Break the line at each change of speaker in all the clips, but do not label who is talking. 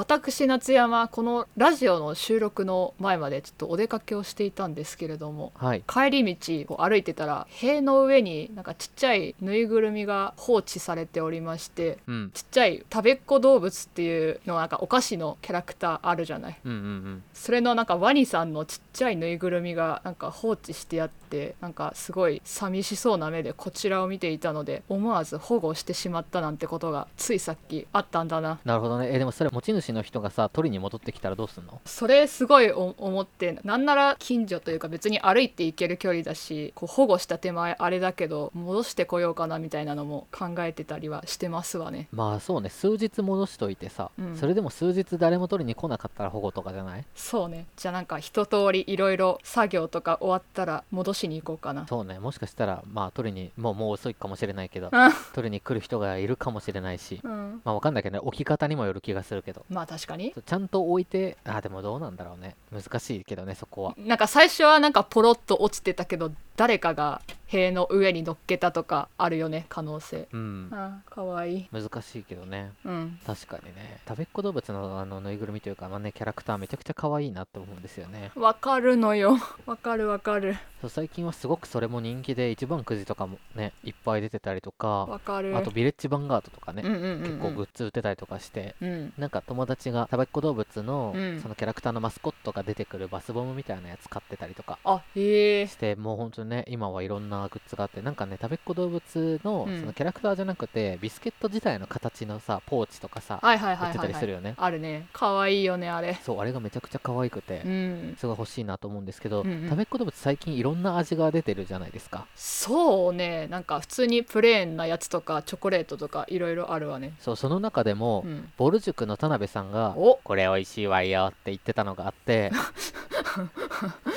私夏山このラジオの収録の前までちょっとお出かけをしていたんですけれども
はい
帰り道を歩いてたら塀の上になんかちっちゃいぬいぐるみが放置されておりまして
うん
ちっちゃい食べっ子動物っていうのなんかお菓子のキャラクターあるじゃない
うんうんうん
それのなんかワニさんのちっちゃいぬいぐるみがなんか放置してあってなんかすごい寂しそうな目でこちらを見ていたので思わず保護してしまったなんてことがついさっきあったんだな
なるほどねえでもそれ持ち主の人がさ取りに戻ってきたらどうすんの
それすごいお思ってなんなら近所というか別に歩いて行ける距離だしこう保護した手前あれだけど戻してこようかなみたいなのも考えてたりはしてますわね
まあそうね数日戻しといてさ、
うん
それでも数日誰も取りに来なかったら保護とかじゃない
そうねじゃあなんか一通りいろいろ作業とか終わったら戻しに行こうかな
そうねもしかしたらまあ取りにもうもう遅いかもしれないけど
うん
取りに来る人がいるかもしれないし
うん
まあわかんないけどね置き方にもよる気がするけど
まあ確かに
ちゃんと置いてあでもどうなんだろうね難しいけどねそこは
なんか最初はなんかポロッと落ちてたけど誰かが塀の上に乗っけたとかあるよね可能性
うん
ああかわいい
難しいけどね
うん
確かにね食べっ子動物のあのぬいぐるみというか、まあね、キャラクターめちゃくちゃ可愛いなって思うんですよね
わかるのよわかるわかる
そう最近はすごくそれも人気で一番くじとかもねいっぱい出てたりとか
わかる
あとヴィレッジヴァンガードとかね、
うんうんうんうん
結構グッズ売ってたりとかして
うん
なんか友達がたべっ子動物の
うん
そのキャラクターのマスコットが出てくるバスボムみたいなやつ買ってたりとか
あへえ
してもうほんとね今はいろんなグッズがあってなんかねたべっ子動物の
うん
そのキャラクターじゃなくてビスケット自体の形のさポーチとかさ
はいはい
売
は
っ
い
て
はい、
たり
は
す
い
る、よね
あるねかわいいよねあれ
そうあれがめちゃくちゃ可愛くて
うん
すごい欲しいなと思うんですけど
うんうん
たべっ子動物最近いろんな味が出てるじゃないですか
そうねなんか普通にプレーンなやつとかチョコレートとかいろいろあるわね
そうその中でも
うん
ボル塾の田辺さんが
お
「これ美味しいわよ」って言ってたのが あって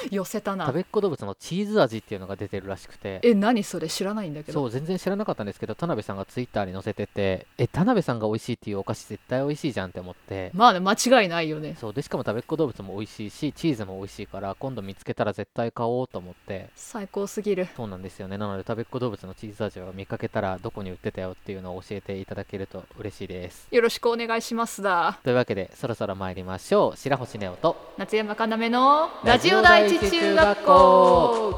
寄せたな
たべっ子動物のチーズ味っていうのが出てるらしくて
え何それ知らないんだけど
そう全然知らなかったんですけど田辺さんがツイッターに載せてて「え田辺さんが美味しいっていうお菓子絶対美味しいじゃん」って思って
まあね間違いないよね
そうでしかも食べっ子動物も美味しいしチーズも美味しいから今度見つけたら絶対買おうと思って
最高すぎる
そうなんですよねなので食べっ子動物のチーズ味を見かけたらどこに売ってたよっていうのを教えていただけると嬉しいです
よろしくお願いしますだ
というわけでそろそろ参りましょう白星ネオと
夏山かなめの
ラ
ラ
ジ
ジ
オ
オ
第
第一
一中
中
学
学
校
校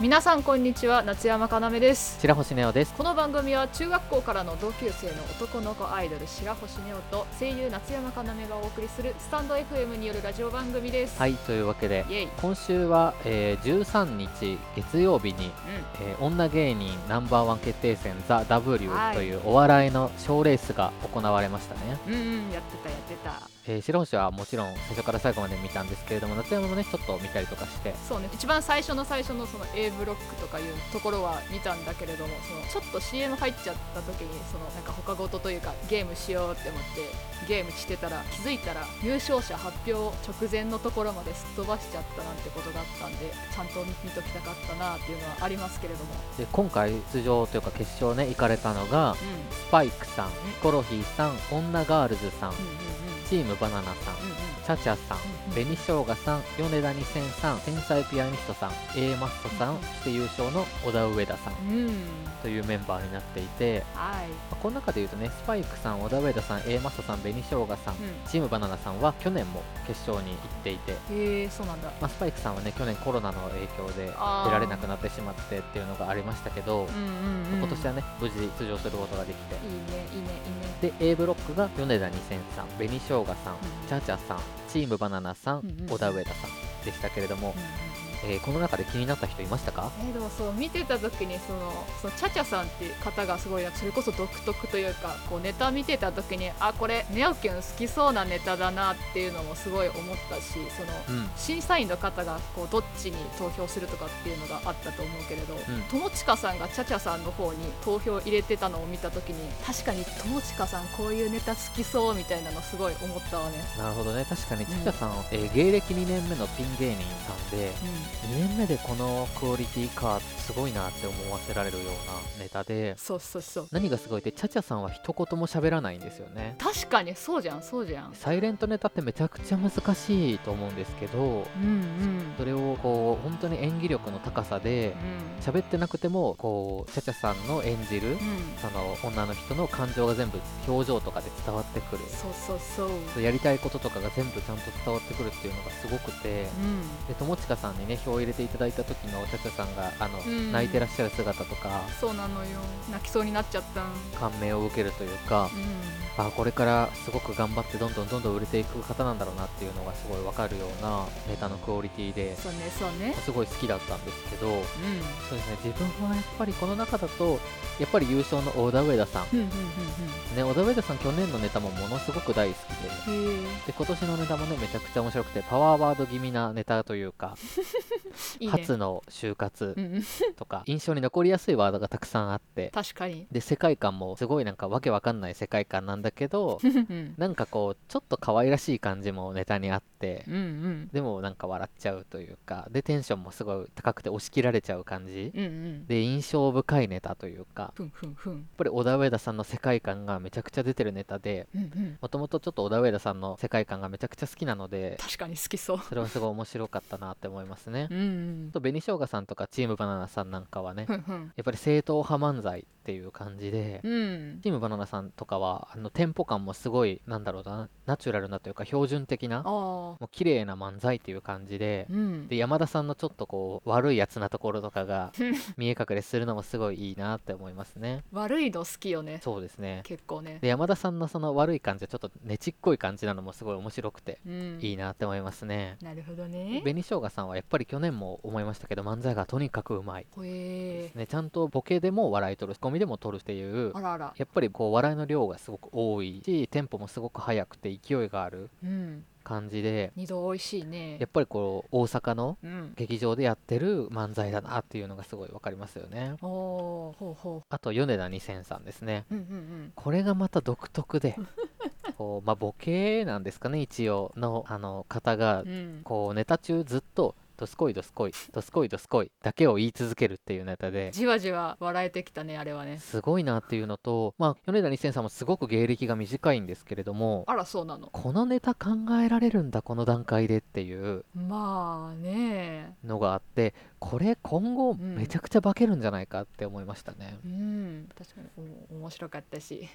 皆さんこんにちは夏山かなめです
白星ネオです
この番組は中学校からの同級生の男の子アイドル白星ネオと声優夏山かなめがお送りするスタンド FM によるラジオ番組です。
はいというわけで
イエイ、うん、
今週は、えー13日月曜日にえー女芸人ナンバーワン決定戦「ザ・ w
はい
というお笑いの賞レースが行われましたね、
うんうんやってたやってた。
えー白星はもちろん最初から最後まで見たんですけれども夏山もねちょっと見たりとかして
そうね一番最初の最初のその A ブロックとかいうところは見たんだけれどもそのちょっと CM 入っちゃった時にそのなんか他事というかゲームしようって思ってゲームしてたら気づいたら優勝者発表直前のところまですっ飛ばしちゃったなんてことがあったんでちゃんと見見ときたかったなっていうのはありますけれども。
で今回出場というか決勝ね行かれたのが
うん
スパイクさんヒコロヒーさん女ガールズさんチームバナナさんチャチャさん
うん
紅しょうがさん米田二千さん天才ピアニストさん A マッソさ
うんん
そして優勝の小田上田さん
うんうんうんうん
というメンバーになっていて、
はい、
まあ、この中でいうとねスパイクさん小田上田さん A マッソさん紅しょうがさん
う
チームバナナさんは去年も決勝に行っていて、
ん、へえそうなんだ
まあ、スパイクさんはね去年コロナの影響で
あー
出られなくなってしまってっていうのがありましたけ
う
ど、
んうん、うん、
今年はね無事出場することができ
いいねいいねいいね
てで A ブロックが米田2000さん紅しょうがさん
うん
チャチャさんチームバナナさん
うんうん
小田上田さんでしたけれども、
うんうんうん
えーこの中で気になった人いましたか
えーでもそう見てた時にそのそのチャチャさんっていう方がすごいなそれこそ独特というかこうネタ見てた時にあこれネオキュン好きそうなネタだなっていうのもすごい思ったしその
うん
審査員の方がこうどっちに投票するとかっていうのがあったと思うけれど、
ん
友近さんがチャチャさんの方に投票入れてたのを見た時に確かに友近さんこういうネタ好きそうみたいなのすごい思ったわね。
なるほどね確かにチャチャさん、えー芸歴2年目のピン芸人さんで2年目でこのクオリティかすごいなって思わせられるようなネタで
そうそうそう
何がすごいってチャチャさんは一言も喋らないんですよね
確かにそうじゃんそうじゃん
サイレントネタってめちゃくちゃ難しいと思うんですけど
うんうん
それをこう本当に演技力の高さで
うん
喋ってなくてもこうチャチャさんの演じる
うん
その女の人の感情が全部表情とかで伝わってくる
そうそうそう
そうやりたいこととかが全部ちゃんと伝わってくるっていうのがすごくて
うん
で友近さんにね票を入れていただいた時のチャチャさんがあの、
うん
泣いてらっしゃる姿とか
そうなのよ泣きそうになっちゃったん
感銘を受けるというか、
う
あこれからすごく頑張ってどんどんどんどん売れていく方なんだろうなっていうのがすごい分かるようなネタのクオリティで
んそうねそうね
すごい好きだったんですけど
うん
そうですね自分はやっぱりこの中だとやっぱり優勝の小田上田さ
う
ん
んうん
ね小田上田さん去年のネタもものすごく大好きで。
うんうんへ
で今年のネタもねめちゃくちゃ面白くてパワーワード気味なネタというか
えいいね
初の就活
うんうん
とか印象に残りやすいワードがたくさんあって
確かに
で世界観もすごいなんかわけわかんない世界観なんだけど
うん
なんかこうちょっと可愛らしい感じもネタにあって
うんうん
でもなんか笑っちゃうというかでテンションもすごい高くて押し切られちゃう感じ
うんうん
で印象深いネタというか
ふんふんふん
やっぱり小田上田さんの世界観がめちゃくちゃ出てるネタで
うんうん
もともとちょっと小田上田さんの世界観がめちゃくちゃ好きなので
確かに好きそう
それはすごい面白かったなって思いますね。
うんうん
あと紅生姜さんとかチームバナナさんなんかはね
ふんふん
やっぱり正統派漫才っていう感じで、
うん
チームバナナさんとかはあのテンポ感もすごいなんだろうなナチュラルなというか標準的な
ああ
もう綺麗な漫才っていう感じで。
うん
で山田さんのちょっとこう悪いやつなところと かが見え隠れするのもすごいいいなって思いますね
悪いの好きよね
そうですね
結構ね
で山田さんのその悪い感じはちょっとねちっこい感じなのもすごい面白くて
うん
いいなって思いますね
なるほどね
紅生姜さんはやっぱり去年も思いましたけど漫才がとにかくうまい
ほえ
ね、ちゃんとボケでも笑い取るツッコミでも取るっていう
あらあら
やっぱりこう笑いの量がすごく多いしテンポもすごく速くて勢いがある
うん
感じで
二度おいしいね
やっぱりこう大阪の
うん
劇場でやってる漫才だなっていうのがすごい分かりますよね
おおほうほ
あと米田2000さんですね
ううんうん
これがまた独特 でこう、まあ、ボケなんですかね一応のあの方が
うんうん
こうネタ中ずっと「どすこいどすこいどすこいどすこい」だけを言い続けるっていうネタで
じわじわ笑えてきたねあれはね
すごいなっていうのと、まあ、米田二千さんもすごく芸歴が短いんですけれども、
あらそうなの
このネタ考えられるんだ、この段階でっていう
まあね
のがあって、これ、今後、
ん
めちゃくちゃ化けるんじゃないかって思いましたね。
うん確かにお面白かったし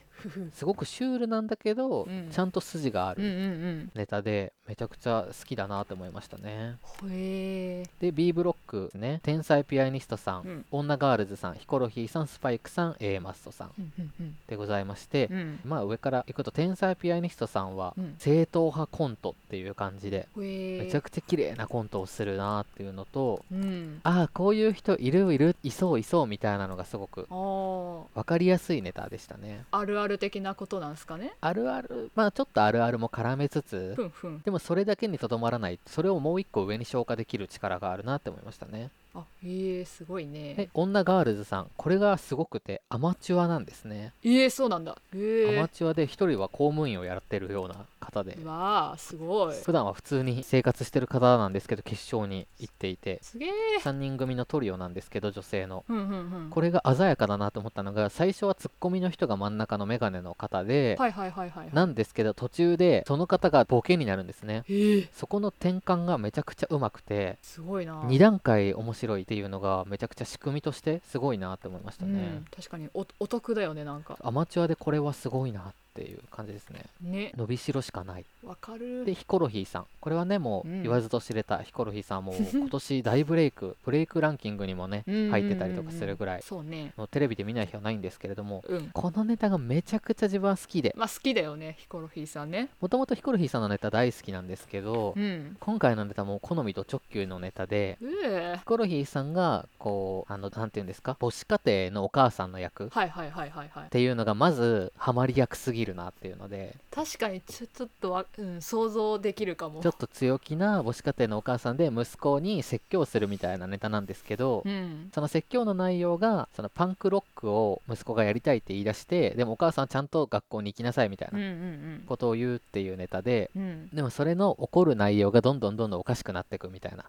すごくシュールなんだけど、
うん
ちゃんと筋があ
うん
る。
うんうん
ネタでめちゃくちゃ好きだなって思いましたね
ほえ
で B ブロックですね天才ピアニストさん、
うん
女ガールズさんヒコロヒーさんスパイクさん A マストさん
うんうんうん
でございまして、
うん
まあ上からいくと天才ピアニストさんは
うん
正統派コントっていう感じで
ほえ
めちゃくちゃ綺麗なコントをするなっていうのと
うん
ああこういう人いるいるいそういそうみたいなのがすごく
あー
分かりやすいネタでしたね
あるある的なことなんすかね
あるあるまあちょっとあるあるも絡めつつ
ふんふん
でもそれだけにとどまらないそれをもう一個上に消化できる力があるなって思いましたね
あええすごいね
で女ガールズさんこれがすごくてアマチュアなんですね
ええそうなんだえ
ア
え
マチュアで一人は公務員をやってるような方で
うわあすごい
普段は普通に生活してる方なんですけど決勝に行っていて
すげえ
3人組のトリオなんですけど女性の
うんうんうん
これが鮮やかだなと思ったのが最初はツッコミの人が真ん中のメガネの方で
はいはいはいはい
なんですけど途中でその方がボケになるんですね
ええ
そこの転換がめちゃくちゃうまくて
すごいな
2段階面白いっていうのがめちゃくちゃ仕組みとしてすごいなって思いました
う
ね
ん、確かにおお得だよねなんか
アマチュアでこれはすごいなっていう感じですね
ね
伸びしろしかない
わかる
でヒコロヒーさんこれはねもう
うん
言わずと知れたヒコロヒーさん はもう今年大ブレイクブレイクランキングにもね
うんうんうんうん
入ってたりとかするぐらい
そうね
もうテレビで見ない日はないんですけれども
うん
このネタがめちゃくちゃ自分は好きで
まあ好きだよねヒコロヒーさんね
もともとヒコロヒーさんのネタ大好きなんですけど
うん
今回のネタも好みと直球のネタで
うえ
ヒコロヒーさんがこうあのなんて言うんですか母子家庭のお母さんの役っ
はいはいはいはいはい
ていうのがまずハマり役すぎぎるなっていうので
確かにちょちょっとわ、うん、想像できるかも
ちょっと強気な母子家庭のお母さんで息子に説教するみたいなネタなんですけど、
うん
その説教の内容がそのパンクロックを息子がやりたいって言い出してでもお母さんはちゃんと学校に行きなさいみたい
うんう
なんことを言うっていうネタで、
うんうん
でもそれの怒る内容がどんどんどんどんおかしくなっていくみ たいな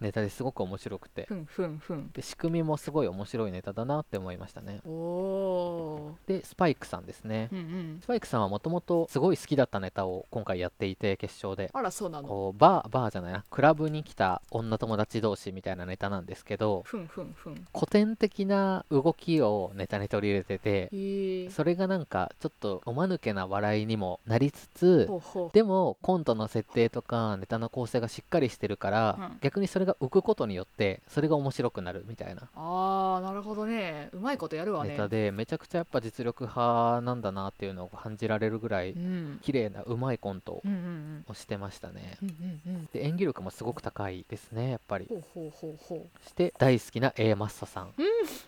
ネタですごく面白くて
ふんふんふん
で仕組みもすごい面白いネタだなって思いましたね
おお
でスパイクさんですね
ー、うんうん
スパイクさんはもともとすごい好きだったネタを今回やっていて決勝で
あらそうなの
こうバーバーじゃないなクラブに来た女友達同士みたいなネタなんですけど
ふんふんふん
古典的な動きをネタに取り入れてて
へえ
それがなんかちょっとおまぬけな笑いにもなりつつ
ほうほう
でもコントの設定とかネタの構成がしっかりしてるから、
うん
逆にそれが浮くことによってそれが面白くなるみたいな
あーなるほどねうまいことやるわね
ネタでめちゃくちゃやっぱ実力派なんだなっていうのを感じられるぐらい
うん
綺麗なうまいコント
うんうん
をしてましたね
うんうんうんうん
で演技力もすごく高いですねやっぱり
ほうほうほうほう
そして大好きな A マッソさん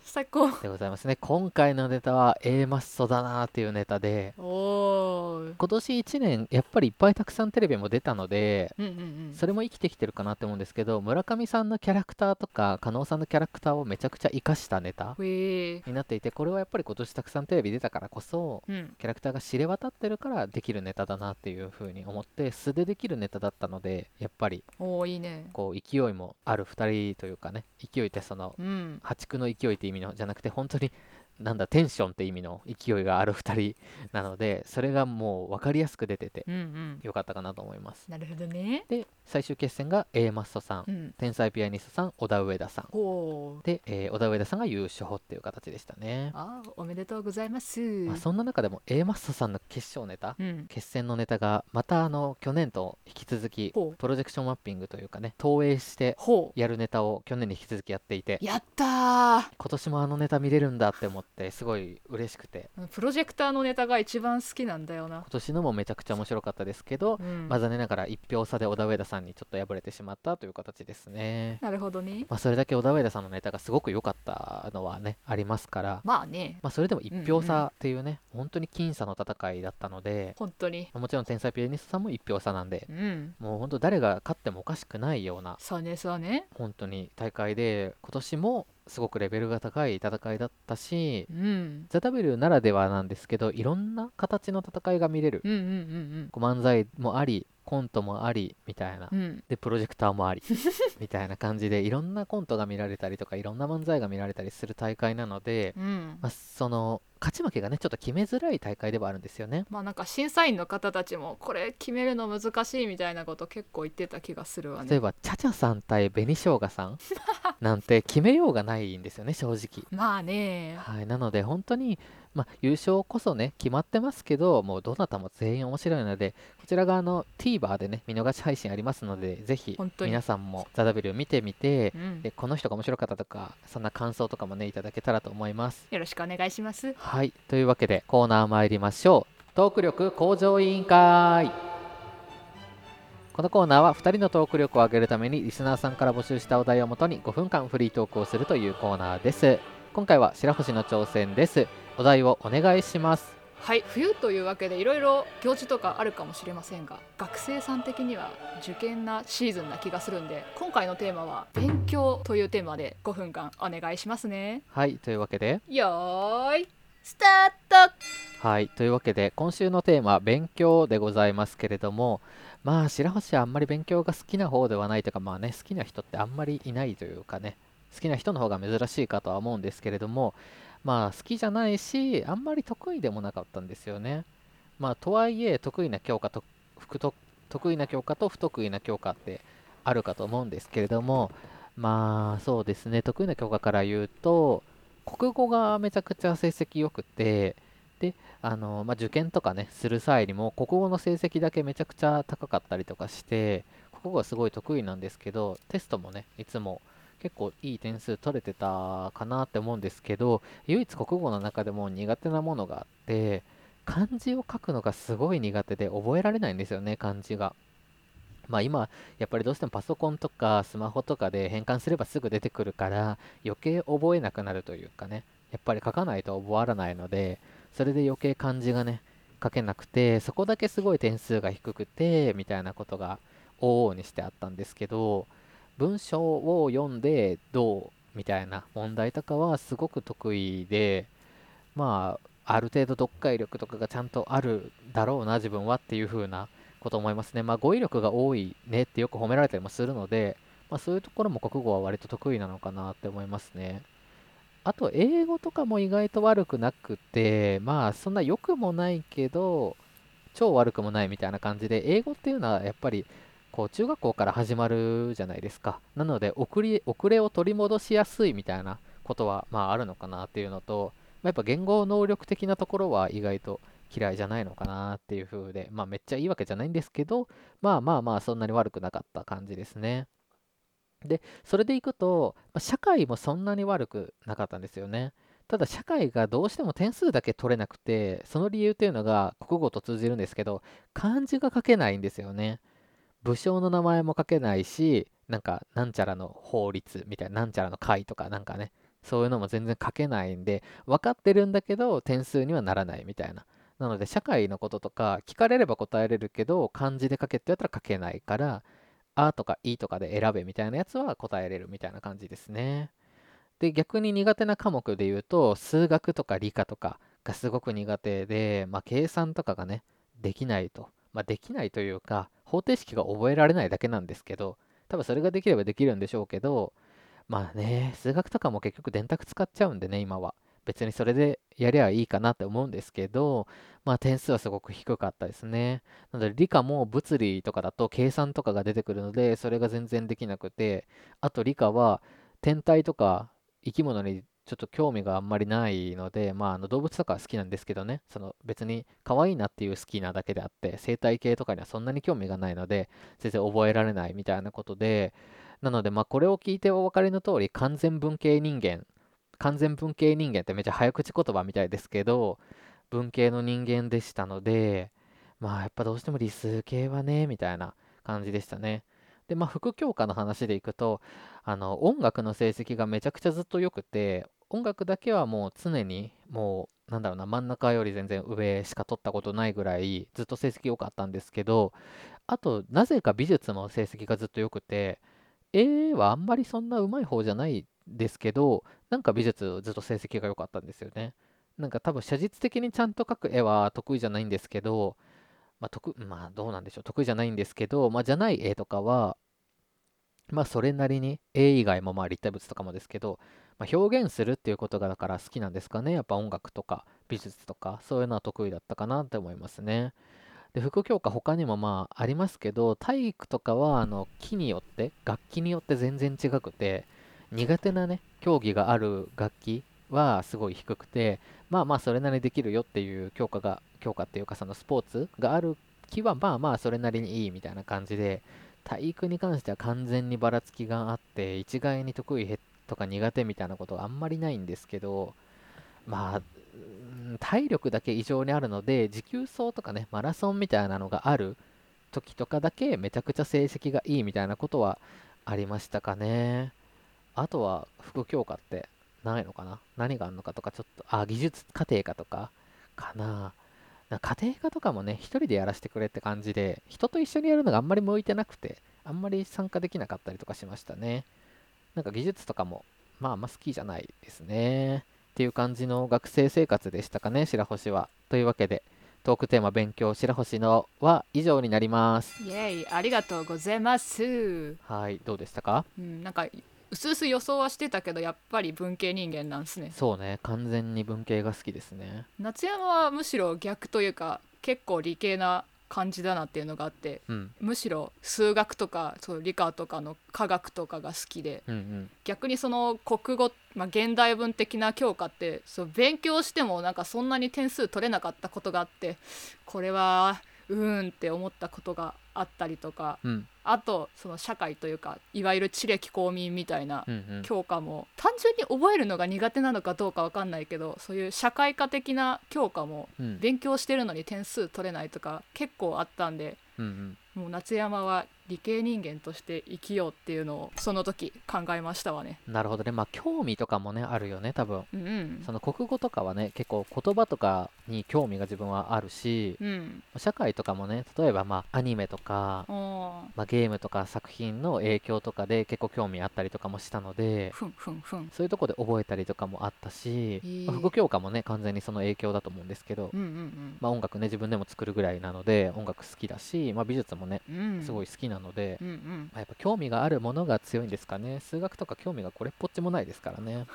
最高
でございますね今回のネタは A マッソだなっていうネタで
おー
今年1年やっぱりいっぱいたくさんテレビも出たので
うんうんうん
それも生きてきてるかなって思うんですけど村上さんのキャラクターとか加納さんのキャラクターをめちゃくちゃ生かしたネタ
へえ
になっていてこれはやっぱり今年たくさんテレビ出たからこそ
うん
キャラクターが知れ渡ってるからできるネタだなっていう風に思って素でできるネタだったのでやっぱり
おおいいね
こう勢いもある2人というかね勢いってその
うん
破竹の勢いって意味のじゃなくて本当になんだテンションって意味の勢いがある2人なのでそれがもう分かりやすく出てて
うんうん
よかったかなと思います
なるほどね
で最終決戦が A マッソさん
うん
天才ピアニストさん小田上田さん
ほう
で、えー小田上田さんが優勝っていう形でしたね、
あーおめでとうございます
まあ、そんな中でも A マッソさんの決勝ネタ
うん
決戦のネタがまたあの去年と引き続き
ほう
プロジェクションマッピングというかね投影して
ほ
やるネタを去年に引き続きやっていて
うやったー
今年もあのネタ見れるんだって思ってすごい嬉しくて
あのプロジェクターのネタが一番好きなんだよな
今、年のもめちゃくちゃ面白かったですけど、
うん
まあ残念ながら1票差で小田上田さんにちょっと敗れてしまったという形ですね。
なるほどね
まあ、それだけ小田上田さんのネタがすごく良かったのはねありますから、
まあね
まあ、それでも
うん
1票差っていうね、本当に僅差の戦いだったので、
本当に
まあもちろん天才ピアニストさんも1票差なんで、
うん
もう本当誰が勝ってもおかしくないような
そうねそうね
本当に大会で今年もすごくレベルが高い戦いだったし
うん
「ザ・ w ならではなんですけどいろんな形の戦いが見れる
うんうんうん
こう漫才もありコントもありみたいな
うんうん
でプロジェクター もありみたいな感じでいろんなコントが見られたりとかいろんな漫才が見られたりする大会なので、
うん
まあ、その勝ち負けがねちょっと決めづらい大会ではあるんですよね。
まあなんか審査員の方たちもこれ決めるの難しいみたいなこと結構言ってた気がするわ
例え
ね
ばチャチャさん対紅生 姜さんなんて決めようがないんですよね正直。
まあね
はい、なので本当に、まあ、優勝こそね決まってますけどもうどなたも全員面白いのでこちら側の TVer でね見逃し配信ありますのでぜひ
本当に
皆さんも「ザ・ w 見てみて
うん
でこの人が面白かったとかそんな感想とかもねいただけたらと思います
よろしくお願いします
はいというわけでコーナー参りましょうトーク力向上委員会このコーナーは2人のトーク力を上げるためにリスナーさんから募集したお題をもとに5分間フリートークをするというコーナーです今回は白星の挑戦ですお題をお願いします
はい冬というわけでいろいろ行事とかあるかもしれませんが学生さん的には受験なシーズンな気がするんで今回のテーマは勉強というテーマで5分間お願いしますね
はいというわけで
よーいスタート
はいというわけで今週のテーマは勉強でございますけれどもまあ白星はあんまり勉強が好きな方ではないというかまあね好きな人ってあんまりいないというかね好きな人の方が珍しいかとは思うんですけれどもまあ好きじゃないしあんまり得意でもなかったんですよねまあとはいえ得意な教科と副と得意な教科と不得意な教科ってあるかと思うんですけれどもまあそうですね得意な教科から言うと国語がめちゃくちゃ成績良くてあのまあ、受験とかねする際にも国語の成績だけめちゃくちゃ高かったりとかして国語はすごい得意なんですけどテストもねいつも結構いい点数取れてたかなって思うんですけど唯一国語の中でも苦手なものがあって漢字を書くのがすごい苦手で覚えられないんですよね漢字が。まあ今やっぱりどうしてもパソコンとかスマホとかで変換すればすぐ出てくるから余計覚えなくなるというかねやっぱり書かないと覚わらないのでそれで余計漢字がね書けなくてそこだけすごい点数が低くてみたいなことが往々にしてあったんですけど文章を読んでどうみたいな問題とかはすごく得意でまあある程度読解力とかがちゃんとあるだろうな自分はっていう風なこと思いますねまあ語彙力が多いねってよく褒められたりもするので、まあ、そういうところも国語は割と得意なのかなって思いますねあと英語とかも意外と悪くなくてまあそんな良くもないけど超悪くもないみたいな感じで英語っていうのはやっぱりこう中学校から始まるじゃないですかなので遅れ遅れを取り戻しやすいみたいなことはまああるのかなっていうのと、まあやっぱ言語能力的なところは意外と嫌いじゃないのかなっていう風でまあめっちゃいいわけじゃないんですけどまあまあまあそんなに悪くなかった感じですねでそれでいくと、まあ社会もそんなに悪くなかったんですよねただ社会がどうしても点数だけ取れなくてその理由っていうのが国語と通じるんですけど漢字が書けないんですよね武将の名前も書けないしなんかなんちゃらの法律みたいななんちゃらの会とかなんかねそういうのも全然書けないんで分かってるんだけど点数にはならないみたいななので社会のこととか聞かれれば答えれるけど漢字で書けって言ったら書けないから「あ」とか「い」とかで選べみたいなやつは答えれるみたいな感じですね。で逆に苦手な科目で言うと数学とか理科とかがすごく苦手で、まあ、計算とかがねできないと、まあ、できないというか方程式が覚えられないだけなんですけど多分それができればできるんでしょうけどまあね数学とかも結局電卓使っちゃうんでね今は別にそれでやりゃいいかなって思うんですけどまあ点数はすごく低かったですねなので理科も物理とかだと計算とかが出てくるのでそれが全然できなくてあと理科は天体とか生き物にちょっと興味があんまりないので、まあ、あの動物とかは好きなんですけどねその別に可愛いなっていう好きなだけであって生態系とかにはそんなに興味がないので全然覚えられないみたいなことでなのでまあこれを聞いてお分かりの通り完全文系人間完全文系人間ってめっちゃ早口言葉みたいですけど文系の人間でしたのでまあやっぱどうしても理数系はねみたいな感じでしたねでまあ副教科の話でいくとあの音楽の成績がめちゃくちゃずっと良くて音楽だけはもう常にもうなんだろうな真ん中より全然上しか取ったことないぐらいずっと成績良かったんですけどあとなぜか美術も成績がずっと良くて絵はあんまりそんな上手い方じゃないですけどなんか美術ずっと成績が良かったんですよねなんか多分写実的にちゃんと描く絵は得意じゃないんですけどまあ得まあどうなんでしょう得意じゃないんですけどまあじゃない絵とかはまあそれなりに絵以外もまあ立体物とかもですけど、まあ、表現するっていうことがだから好きなんですかねやっぱ音楽とか美術とかそういうのは得意だったかなって思いますねで副教科他にもまあありますけど体育とかはあの木によって楽器によって全然違くて苦手なね競技がある楽器はすごい低くてまあまあそれなりにできるよっていう教科が教科っていうかそのスポーツがある木はまあまあそれなりにいいみたいな感じで体育に関しては完全にばらつきがあって一概に得意へとか苦手みたいなことがあんまりないんですけどまあうん体力だけ異常にあるので持久走とかねマラソンみたいなのがある時とかだけめちゃくちゃ成績がいいみたいなことはありましたかねあとは副教科ってないのかな何があるのかとかちょっとあ技術家庭科とかかななんか家庭科とかもね一人でやらせてくれって感じで人と一緒にやるのがあんまり向いてなくてあんまり参加できなかったりとかしましたねなんか技術とかもまああんま好きじゃないですねっていう感じの学生生活でしたかね白星はというわけでトークテーマ勉強白星のは以上になります
イエイありがとうございます、
はいどうでしたか
うん、なんかうすうす予想はしてたけどやっぱり文系人間なんですね
そうね完全に文系が好きですね
夏山はむしろ逆というか結構理系な感じだなっていうのがあって
うん
むしろ数学とかそう理科とかの科学とかが好きで
うんうん
逆にその国語、まあ、現代文的な教科ってそう勉強してもなんかそんなに点数取れなかったことがあってこれはうーんって思ったことがあったりとか
うん
あとその社会というかいわゆる知歴公民みたいな
うんうん
教科も単純に覚えるのが苦手なのかどうかわかんないけどそういう社会科的な教科も
うん
勉強してるのに点数取れないとか結構あったんで
うんうん
もう夏山は理系人間として生きようっていうのをその時考えましたわね
なるほどねまあ興味とかもねあるよね多分
うんうん
その国語とかはね結構言葉とかに興味が自分はあるし
うん
社会とかもね例えばまあアニメとか、
あ
まあ、ゲームとか作品の影響とかで結構興味あったりとかもしたので
ーふんふんふん
そういうとこで覚えたりとかもあったし、
ー
まあ副教科もね完全にその影響だと思うんですけど、
うんうん
まあ、音楽ね自分でも作るぐらいなので音楽好きだし、まあ、美術もね
うんうん
すごい好きなので、
うんうん
まあやっぱ興味があるものが強いんですかね数学とか興味がこれっぽっちもないですからね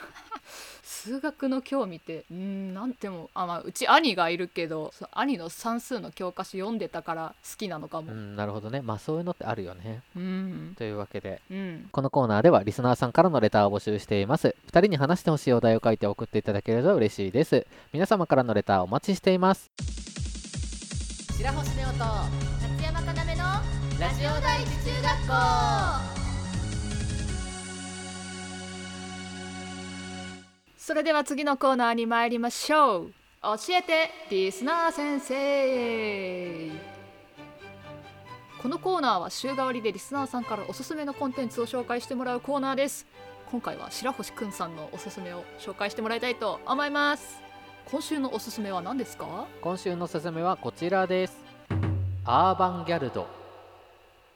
数学の興味ってうんなんてもあまあうち兄がいるけどそう兄の算数の教科書読んでたから好きなのか
う
も
んなるほどねまあそういうのってあるよね
うん
というわけで
うん
このコーナーではリスナーさんからのレターを募集しています2人に話してほしいお題を書いて送っていただけると嬉しいです皆様からのレターお待ちしています
白星ネオと夏山かなめのラジオ第一中学校
それでは次のコーナーに参りましょう教えてリスナー先生このコーナーは週替わりでリスナーさんからおすすめのコンテンツを紹介してもらうコーナーです今回は白星くんさんのおすすめを紹介してもらいたいと思います今週のおすすめは何ですか
今週のおすすめはこちらですアーバンギャルド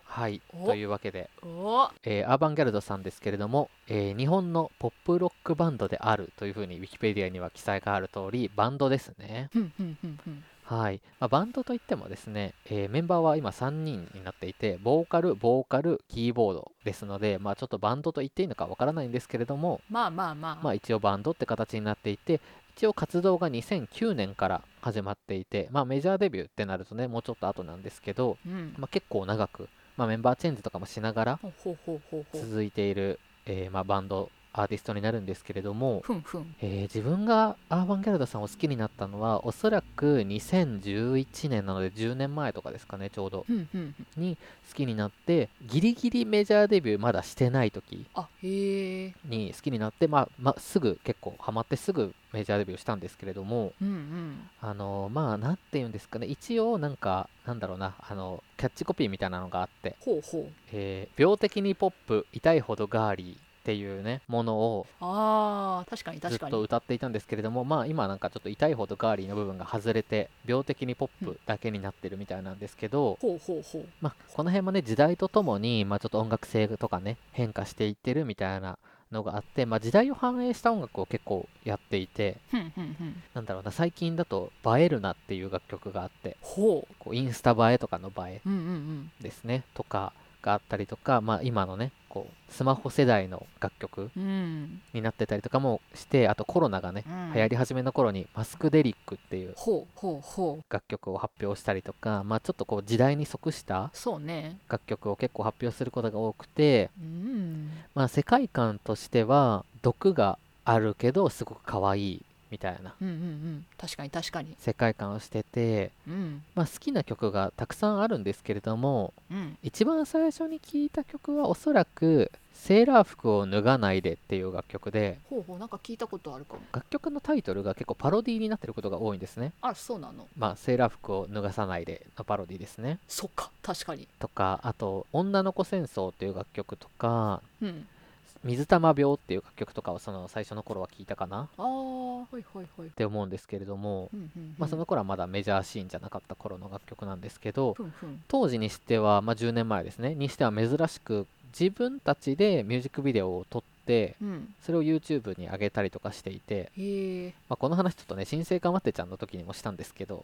はい
お
というわけで
お
えーアーバンギャルドさんですけれども、えー日本のポップロックバンドであるというふうにウィキペディアには記載がある通りバンドですね
ふんふんふんふん
はい、まあ、バンドといってもですね、えーメンバーは今3人になっていてボーカルボーカルキーボードですので、まあ、ちょっとバンドと言っていいのかわからないんですけれども、
まあまあまあ、
まあ、一応バンドって形になっていて一応活動が2009年から始まっていて、まあ、メジャーデビューってなるとねもうちょっと後なんですけど、
うん
まあ、結構長く、まあ、メンバーチェンジとかもしながら
ほうほうほうほうほう
続いている、えーまあ、バンドアーティストになるんですけれども、
ふんふん
えー自分がアーバン・ギャルドさんを好きになったのはおそらく2011年なので10年前とかですかねちょうど
ふんふんふん
に好きになってギリギリメジャーデビューまだしてない時
あへえ
に好きになって、まあまあ、すぐ結構ハマってすぐメジャーデビューしたんですけれども
うんうん
あのまあなんて言うんですかね一応なんかなんだろうなあのキャッチコピーみたいなのがあって
ほうほう
えー病的にポップ痛いほどガーリーっていうねものを
あー確かに
ず
確
っ
かに
と歌っていたんですけれどもまあ今なんかちょっと痛いほどガーリーの部分が外れて病的にポップだけになってるみたいなんですけど、
ほうほうほう
まあこの辺もね時代とともに、まあ、ちょっと音楽性とかね変化していってるみたいなのがあって、まあ、時代を反映した音楽を結構やっていて
ふんふんふん
なんだろうな最近だと「映えるな」っていう楽曲があって
ほ
こうインスタ映えとかの映え
ううんうんうん
ですねとかがあったりとか、まあ、今のねこうスマホ世代の楽曲
うん
になってたりとかもしてあとコロナがね
うん
流行り始めの頃にマスクデリックっていう
ほうほうほう
楽曲を発表したりとか、まあ、ちょっとこう時代に即した
そうね
楽曲を結構発表することが多くて、
うん
まあ、世界観としては毒があるけどすごく可愛いみたいな
うんうんうん確かに確かに
世界観をしてて、
うん
まあ、好きな曲がたくさんあるんですけれども
うん
一番最初に聴いた曲はおそらく「セーラー服を脱がないで」っていう楽曲で
ほうほうなんか聞いたことあるかも
楽曲のタイトルが結構パロディーになってることが多いんですね。
あそうなの
まあ、セーラー服を脱がさないでのパロディーですね。
そっか確かに
とかあと「女の子戦争」っていう楽曲とか
うん
「水玉病」っていう楽曲とかをその最初の頃は聞いたかなっ
あーほいほいほい
て思うんですけれども、
うんうんうん
まあ、その頃はまだメジャーシーンじゃなかった頃の楽曲なんですけど
ふんふん
当時にしては、まあ、10年前ですねにしては珍しく自分たちでミュージックビデオを撮って
うん
それを YouTube に上げたりとかしていて、
へえ
まあ、この話ちょっとね「新生かまってちゃん」の時にもしたんですけど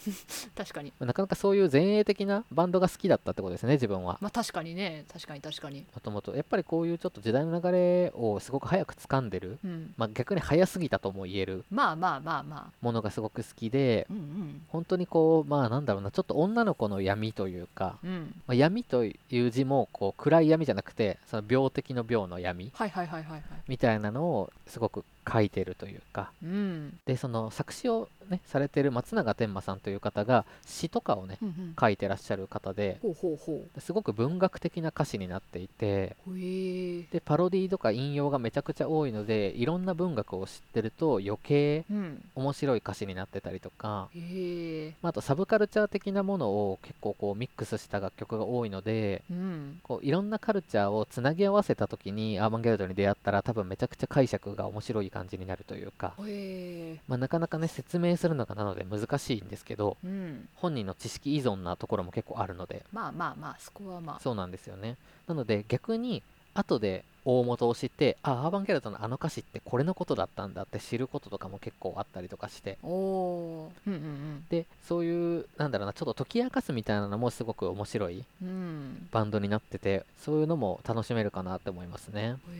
確かに
まあなかなかそういう前衛的なバンドが好きだったってことですね自分は。
まあ確かにね確かに確かに
もともとやっぱりこういうちょっと時代の流れをすごく早く掴んでる、
うん
まあ、逆に早すぎたとも言える
まあまあまあま
ものがすごく好きで
あうん
本当にこうまあなんだろうなちょっと女の子の闇というか、
うんうん
まあ闇という字もこう暗い闇じゃなくてその病的の病の闇
はいはいはいはいはい
みたいなのをすごく書いてるというか
うん
でその作詞を、ね、されてる松永天馬さんという方が詩とかをね
うんうん
書いてらっしゃる方で
ほうほうほ
すごく文学的な歌詞になっていて
うへえ
でパロディとか引用がめちゃくちゃ多いのでいろんな文学を知ってると余計
うん
面白い歌詞になってたりとか、
へえ
まあ、あとサブカルチャー的なものを結構こうミックスした楽曲が多いので
うん
こういろんなカルチャーをつなぎ合わせた時にアーマンゲルドに出会ったら多分めちゃくちゃ解釈が面白い感じになるというか、
へえ
まあ、なかなかね説明するのがなので難しいんですけど
うん
本人の知識依存なところも結構あるので
まあまあまあそこはまあ
そうなんですよねなので逆に後で大元を知ってあアーバン・ゲルトのあの歌詞ってこれのことだったんだって知ることとかも結構あったりとかして
おおーうん
でそういうなんだろうなちょっと解き明かすみたいなのもすごく面白い
うんうん
バンドになっててそういうのも楽しめるかなって思いますね、
うんへ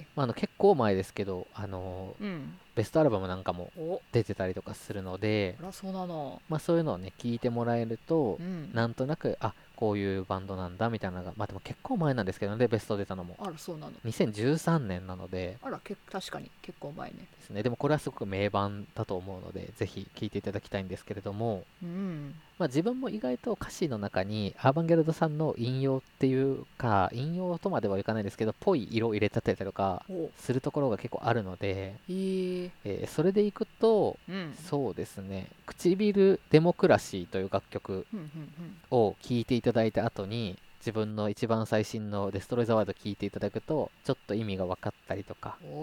え
まあ、あの結構前ですけどあの
うん
ベストアルバムなんかも
お
出てたりとかするので
そ、らそうなの
まあ、そういうのをね聞いてもらえると
うん
なんとなくあこういうバンドなんだみたいなのがまあでも結構前なんですけどねベスト出たのも
あらそうなの
2013年なので
あらけ確かに結構前ね
ですねでもこれはすごく名盤だと思うのでぜひ聴いていただきたいんですけれども、
うん
まあ、自分も意外と歌詞の中にアーバンゲルドさんの引用っていうか引用とまではいかないですけどぽい色を入れちゃったりとか
お
するところが結構あるので、
へえ
えーそれでいくと
うん
そうですね「唇デモクラシー」という楽曲
うんうん
を聞いていただいた後に自分の一番最新の「デストロイ・ザ・ワード」聞いていただくとちょっと意味が分かったりとか
うんお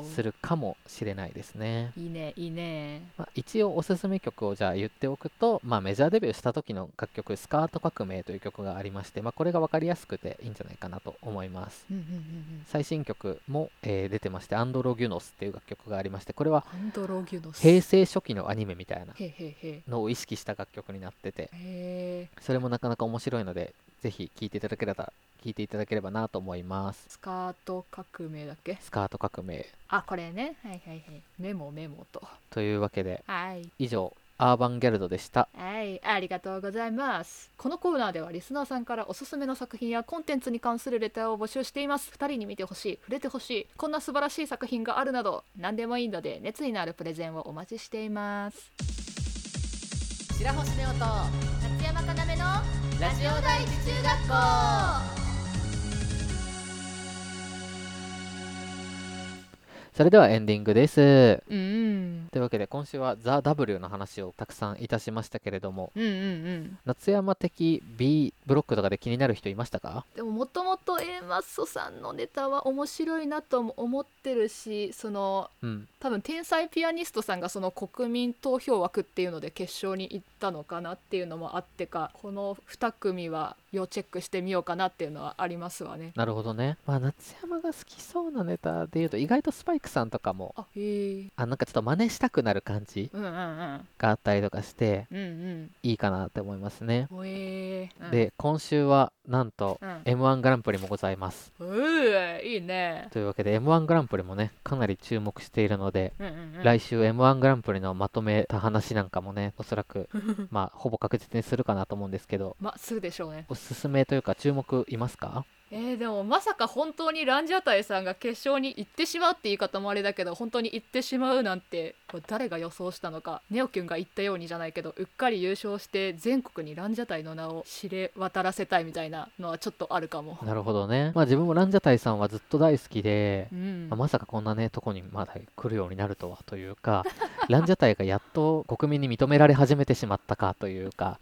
お
するかもしれないですね、
いいねいいね
まあ、一応おすすめ曲をじゃあ言っておくと、まあ、メジャーデビューした時の楽曲「スカート革命」という曲がありまして、まあ、これが分かりやすくていいんじゃないかなと思います
うんうんうんうん
最新曲も、えー出てまして「アンドロギュノス」っていう楽曲がありましてこれは
アンドロギュノス
平成初期のアニメみたいな
へへへ
のを意識した楽曲になってて
へえ
それもなかなか面白いので、ぜひ聴いていただければ、聞いていただければなと思います。
スカート革命だっけ
スカート革命。
あこれねはいはいはいメモメモと
というわけで、
はい
以上、アーバンギャルドでした。
はい、ありがとうございます。このコーナーではリスナーさんからおすすめの作品やコンテンツに関するレターを募集しています。二人に見てほしい、触れてほしい、こんな素晴らしい作品があるなど、何でもいいので熱意のあるプレゼンをお待ちしています。
白星ネオと勝山かなめのラジオ第一中学校
それではエンディングです。
うん、うん、
というわけで、今週はザ・ W の話をたくさんいたしましたけれども、
うん、うん。
夏山的 B ブロックとかで気になる人いましたか
でももともと A マッソさんのネタは面白いなとも思ってるし、その
うん。
多分天才ピアニストさんがその国民投票枠っていうので決勝に行ったのかなっていうのもあってかこの2組は要チェックしてみようかなっていうのはありますわね
なるほどね。まあ、夏山が好きそうなネタで言うと、意外とスパイクさんとかも、
あへえ
あなんかちょっと真似したくなる感じ
うんうんうん
があったりとかして、
うん
いいかなって思いますね。
うんほえーうん、
で、今週は、なんと、
うん
M1 グランプリもございます。
うーいいね
というわけで M1 グランプリもね、かなり注目しているので、
うんうんうん
来週 M1 グランプリのまとめた話なんかもね、おそら く、まあ、ほぼ確実にするかなと思うんですけど、
まあするでしょうね
おすすめというか注目いますか
えー、でもまさか本当にランジャタイさんが決勝に行ってしまうって言い方もあれだけど本当に行ってしまうなんてこれ誰が予想したのかネオキュンが言ったようにじゃないけどうっかり優勝して全国にランジャタイの名を知れ渡らせたいみたいなのはちょっとあるかも。
なるほどね。まあ自分もランジャタイさんはずっと大好きで
う、ん
まあまさかこんなね、とこにまだ来るようになるとはというか、 ランジャタイがやっと国民に認められ始めてしまったかとい うか、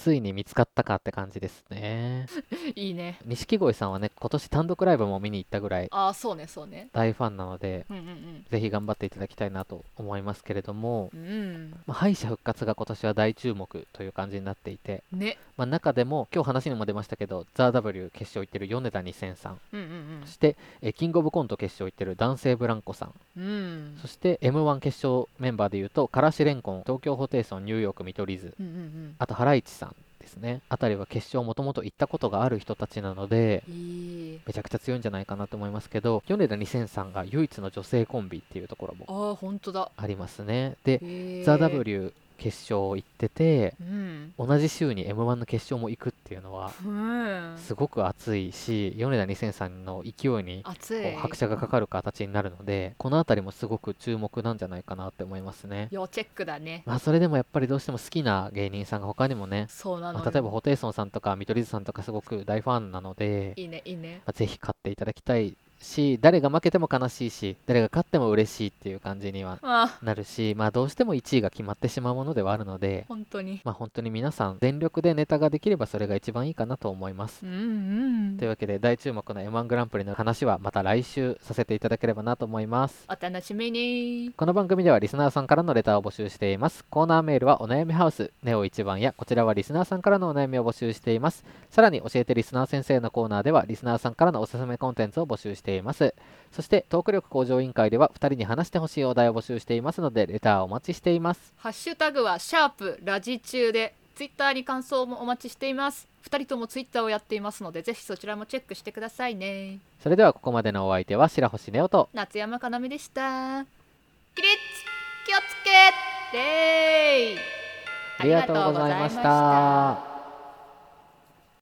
ついに見つかったかって感じですね。
いいね。
錦鯉さんはね今年単独ライブも見に行ったぐらい
ああそうねそうね。
大ファンなので
うんうん
ぜひ頑張っていただきたいなと思いますけれども、
うん。うん。
まあ、敗者復活が今年は大注目という感じになっていて、
ね。
まあ、中でも今日話にも出ましたけど「ザ・ w 決勝行ってる米田2000さん
うんうん
そしてえキングオブコント決勝行ってる男性ブランコさん
うん。うん。
そして m 1決勝メンバーでいうとからしれんこん東京ホテイソンニューヨーク見取り図
うんうん
あとハライチさんですねあたりは決勝もともと行ったことがある人たちなので
うん。いい。
めちゃくちゃ強いんじゃないかなと思いますけど米田2000さんが唯一の女性コンビっていうところも
ああ本当だ。
ありますねで
へー
「ザ・ w 決決勝行ってて
うん
同じ週に m 1の決勝も行くっていうのは
うん
すごく熱いし米田2000さんの勢いに
熱
こ
いう
拍車がかかる形になるのでこの辺りもすごく注目なんじゃないかなって思いますね。
要チェックだね
まあそれでもやっぱりどうしても好きな芸人さんが他にもね、
そうなの
ま
よ
あ例えばホテイソンさんとか見取り図さんとかすごく大ファンなので、
いいねいいね
まあぜひ勝っていただきたいし誰が負けても悲しいし誰が勝っても嬉しいっていう感じには
あ
なるし、まあ、どうしても1位が決まってしまうものではあるので、
本当に
まあ、本当に皆さん全力でネタができればそれが一番いいかなと思います。
うんうん
というわけで大注目の m 1グランプリの話はまた来週させていただければなと思います。
お楽しみに
この番組ではリスナーさんからのレターを募集しています。コーナーメールはお悩みハウス、ネオ一番や、こちらはリスナーさんからのお悩みを募集しています。さらに、教えてリスナー先生のコーナーでは、リスナーさんからのおすすめコンテンツを募集しています。そして、トーク力向上委員会では、2人に話してほしいお題を募集していますので、レターをお待ちしています。
ハッシュタグはシャープラジ中でツイッターに感想もお待ちしています二人ともツイッターをやっていますのでぜひそちらもチェックしてくださいね
それでは、ここまでのお相手は、白星ネオと、
夏山かなみでした起立気をつけレイ
ありがとうございました。